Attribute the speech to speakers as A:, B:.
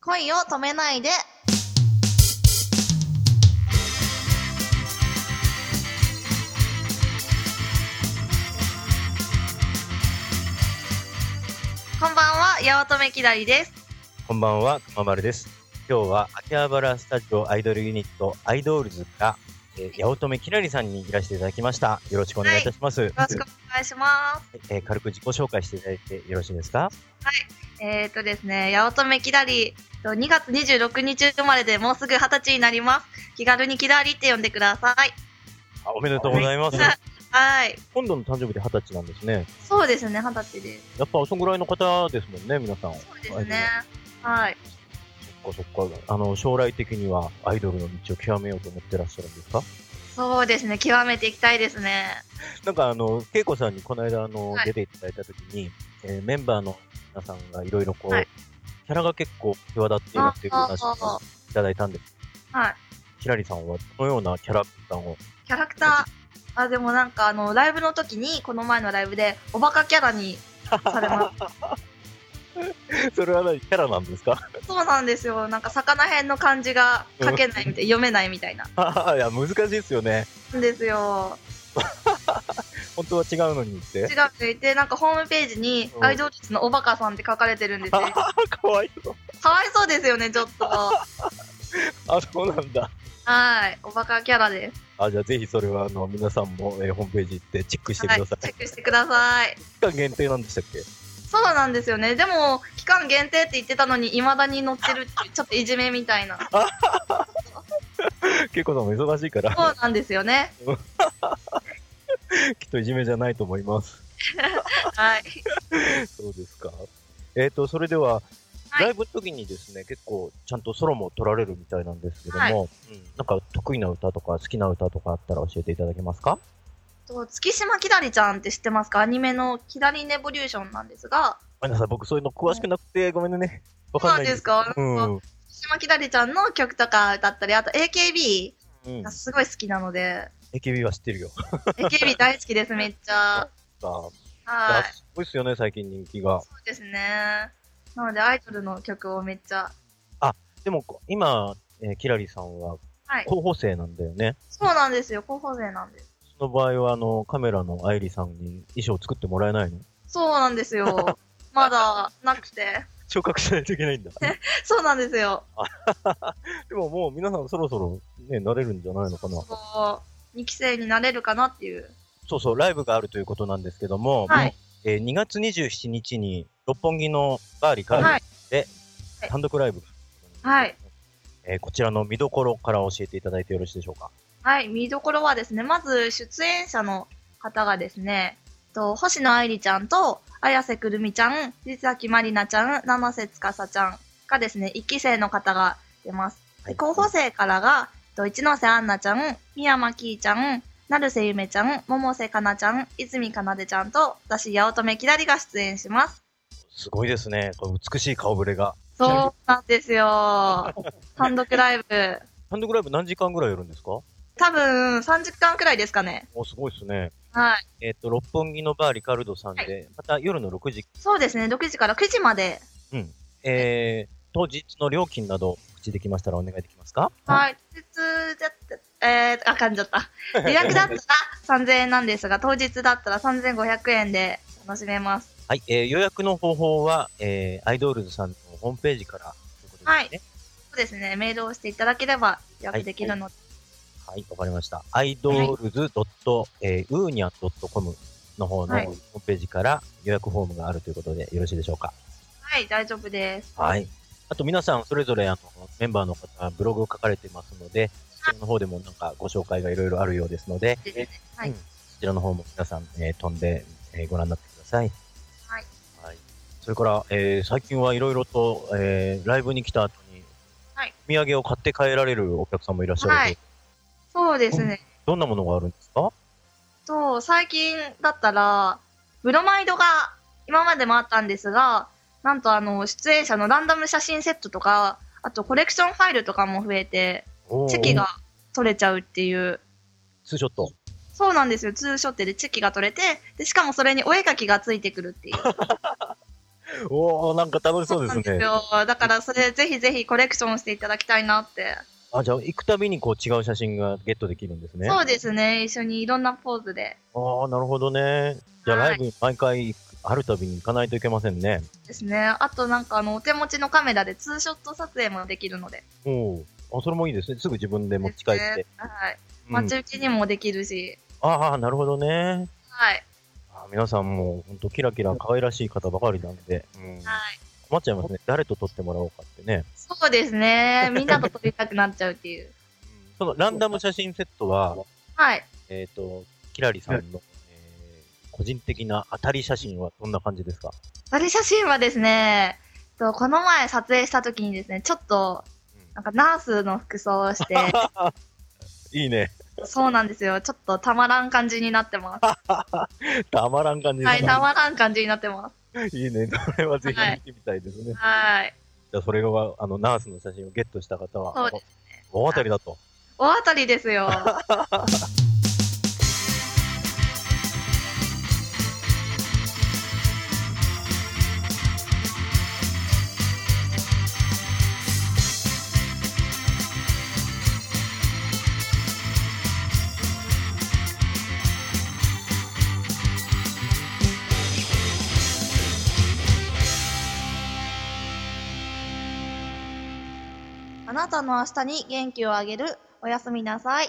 A: 恋を止めないで。こんばんは、八乙女きだりです。
B: こんばんは、くままるです。今日は秋葉原スタジオアイドルユニットアイドールズから、えー、八乙女きらりさんにいらしていただきました。よろしくお願いいたします。
A: よろしくお願いします。
B: えー軽く自己紹介していただいてよろしいですか
A: えーとですね、八乙女きだり、と2月26日生まれでもうすぐ20歳になります。気軽にきだりって呼んでください。
B: あおめでとうございます。
A: はい。
B: 今度の誕生日で二十歳なんですね。
A: そうですね、二十歳です。
B: やっぱそんぐらいの方ですもんね、皆さん。
A: そうですね。はい。
B: そっかそっか。あの、将来的にはアイドルの道を極めようと思ってらっしゃるんですか
A: そうですね、極めていきたいですね。
B: なんかあの、恵子さんにこの間あの、
A: はい
B: 出ていただいたときに、えーメンバーの皆さんがいろいろこう、
A: はい
B: キャラが結構際立っているっていう話
A: あああ
B: をいただいたんです。
A: はい。
B: ひらりさんはどのようなキャラクターを、
A: キャラクター、あ、でもなんかあの、ライブの時に、この前のライブで、おバカキャラにされま
B: それは何キャラなんですか
A: す。そうなんですよ。なんか魚編の漢字が書けないみたい、読めないみたいな。
B: いや、難しいですよね。
A: んですよ。
B: 本当は違うのにっ
A: 違
B: て。
A: うていて、なんかホームページに、
B: うん
A: アイドルズのおバカさんって書かれてるんです よ。か
B: かわいそう。
A: わいそうですよね、ちょっと。
B: あ、そうなんだ。
A: はい。おバカキャラです。
B: あ、じゃあぜひそれはあの、皆さんも、えーホームページ行ってチェックしてくだ
A: はい。チ
B: さい。
A: ェックしてください。
B: 期間限定なんでしたっけ
A: そうなんですよね。でも、期間限定って言ってたのに、未だに乗ってるっていう、ちょっといじめみたい な。
B: 恵子さんも忙しいから、
A: そうなんですよね。
B: きっといじめじゃないと思います。
A: はい。
B: そうですか。えっ、と、それでは、
A: はい
B: ライブの時にですね、結構ちゃんとソロも取られるみたいなんですけども、
A: はい
B: うん、なんか得意な歌とか好きな歌とかあったら教えていただけますか
A: と月島きだりちゃんって知ってますかアニメのきだりネボリューションなんですが、
B: ごめんなさい、僕そういうの詳しくなくて、ごめんね。わかんな
A: そうなんで
B: い
A: すか
B: うん。うん
A: 月島きだりちゃんの曲とか歌ったり、あと AKB
B: うん
A: が、すごい好きなので、
B: AKB は知ってるよ。
A: AKB 大好きです、めっちゃ。
B: あ
A: は
B: あ
A: い。
B: すごいっすよね、最近人気が。
A: そうですね。なので、アイドルの曲をめっちゃ。
B: でも、こ今、えーキラリさんは
A: はい。
B: 候補生なんだよね。
A: そうなんですよ、候補生なんです。
B: その場合は、あの、カメラの愛理さんに衣装作ってもら えないの
A: そうなんです よ。まだなくて。
B: 昇格しないといけないんだ。
A: そうなんですよ。
B: でももう皆さんそろそろね、慣れるんじゃないのかな。
A: そう、2期生になれるかなっていう。
B: そうそう、ライブがあるということなんですけども、
A: はい
B: えー2月27日に六本木のバーリカー
A: はい
B: ルで単独ライブ、
A: はい。
B: えーこちらの見どころから教えていただいてよろしいでしょうか。
A: はい、見どころはですね、まず出演者の方がですね、と星野愛理ちゃんと綾瀬くるみちゃん、藤崎まりなちゃん、七瀬つかさちゃんがですね、1期生の方が出ます。
B: はい
A: で候補生からが、と一ノ瀬杏奈ちゃん、宮間きーちゃん、成瀬ゆめちゃん、百瀬かなちゃん、泉かなでちゃんと、私、八乙女きだりが出演します。
B: すごいですね、この美しい顔ぶれが。
A: そうなんですよ。単独ライブ。
B: 単独ライブ何時間ぐらいやるんですか
A: 多分、3時間くらいですかね。
B: おすごいですね。
A: はい。
B: えっ、と、六本木のバーリカルドさんで、また夜の6時、
A: そうですね、6時から9時まで。
B: えー当日の料金など、口できましたらお願いできますか
A: はい。普通だった、えー、あ、噛んじゃった。予約だったら3000円なんですが、当日だったら3500円で楽しめます。
B: はい、えー予約の方法は、えーアイドールズさんのホームページからということですね。
A: はいそうですね、メールをしていただければ予約できるので、
B: はい、わかりました。アイドルズドット、えー、うーにゃん .com の方の
A: はい
B: ホームページから予約フォームがあるということでよろしいでしょうか。
A: はい、大丈夫です。
B: はい。あと皆さんそれぞれあのメンバーの方ブログを書かれてますので、そちらの方でもなんかご紹介がいろいろあるようですので、
A: ではい
B: うんそちらの方も皆さん、えー飛んで、えーご覧になってください。
A: はい。
B: はい。それから、えー最近はいろいろと、えーライブに来た後に、
A: はい
B: お土産を買って帰られるお客さんもいらっしゃる、
A: はいそうですね。
B: どんなものがあるんですか
A: と、最近だったら、ブロマイドが今までもあったんですが、なんとあの、出演者のランダム写真セットとか、あとコレクションファイルとかも増えて、チェキが取れちゃうっていう
B: ツーショット。
A: そうなんですよ。ツーショットでチェキが取れて、で、しかもそれにお絵描きがついてくるっていう。
B: おおなんか楽し そうですね。
A: よ。だからそれぜひぜひコレクションしていただきたいなって。
B: あ、じゃあ、行くたびにこう違う写真がゲットできるんですね。
A: そうですね。一緒にいろんなポーズで。
B: ああ、なるほどね。じゃあ、
A: はい
B: ライブに毎回あるたびに行かないといけませんね。
A: ですね。あとなんかあの、お手持ちのカメラでツーショット撮影もできるので。
B: おお。あ、それもいいですね。すぐ自分で持ち帰っ
A: です
B: て
A: ね。はい。
B: うん
A: 待ち受けにもできるし。
B: ああ、なるほどね。
A: はい。
B: あー皆さんも本当キラキラ可愛らしい方ばかりなんで、うん
A: はい。
B: 困っちゃいますね。誰と撮ってもらおうかってね。
A: そうです ね。みんなと撮りたくなっちゃうっていう。
B: そのランダム写真セットは、
A: はい。
B: えっ、と、キラリさんの、えー個人的な当たり写真はどんな感じですか
A: 鳥写真はですね、とこの前撮影した時にですね、ちょっと、なんかナースの服装をして、
B: いいね。
A: そうなんですよ。ちょっとたまらん感じになってます。
B: たまらん感じで
A: はい、
B: す
A: たまらん感じになってま
B: いいね。それはぜひ見てみたいですね。
A: す。はい。
B: じゃあ、それが、あの、ナースの写真をゲットした方は、
A: そうです
B: お大当たりだと。
A: 大当たりですよ。あなたの明日に元気をあげる。おやすみなさい。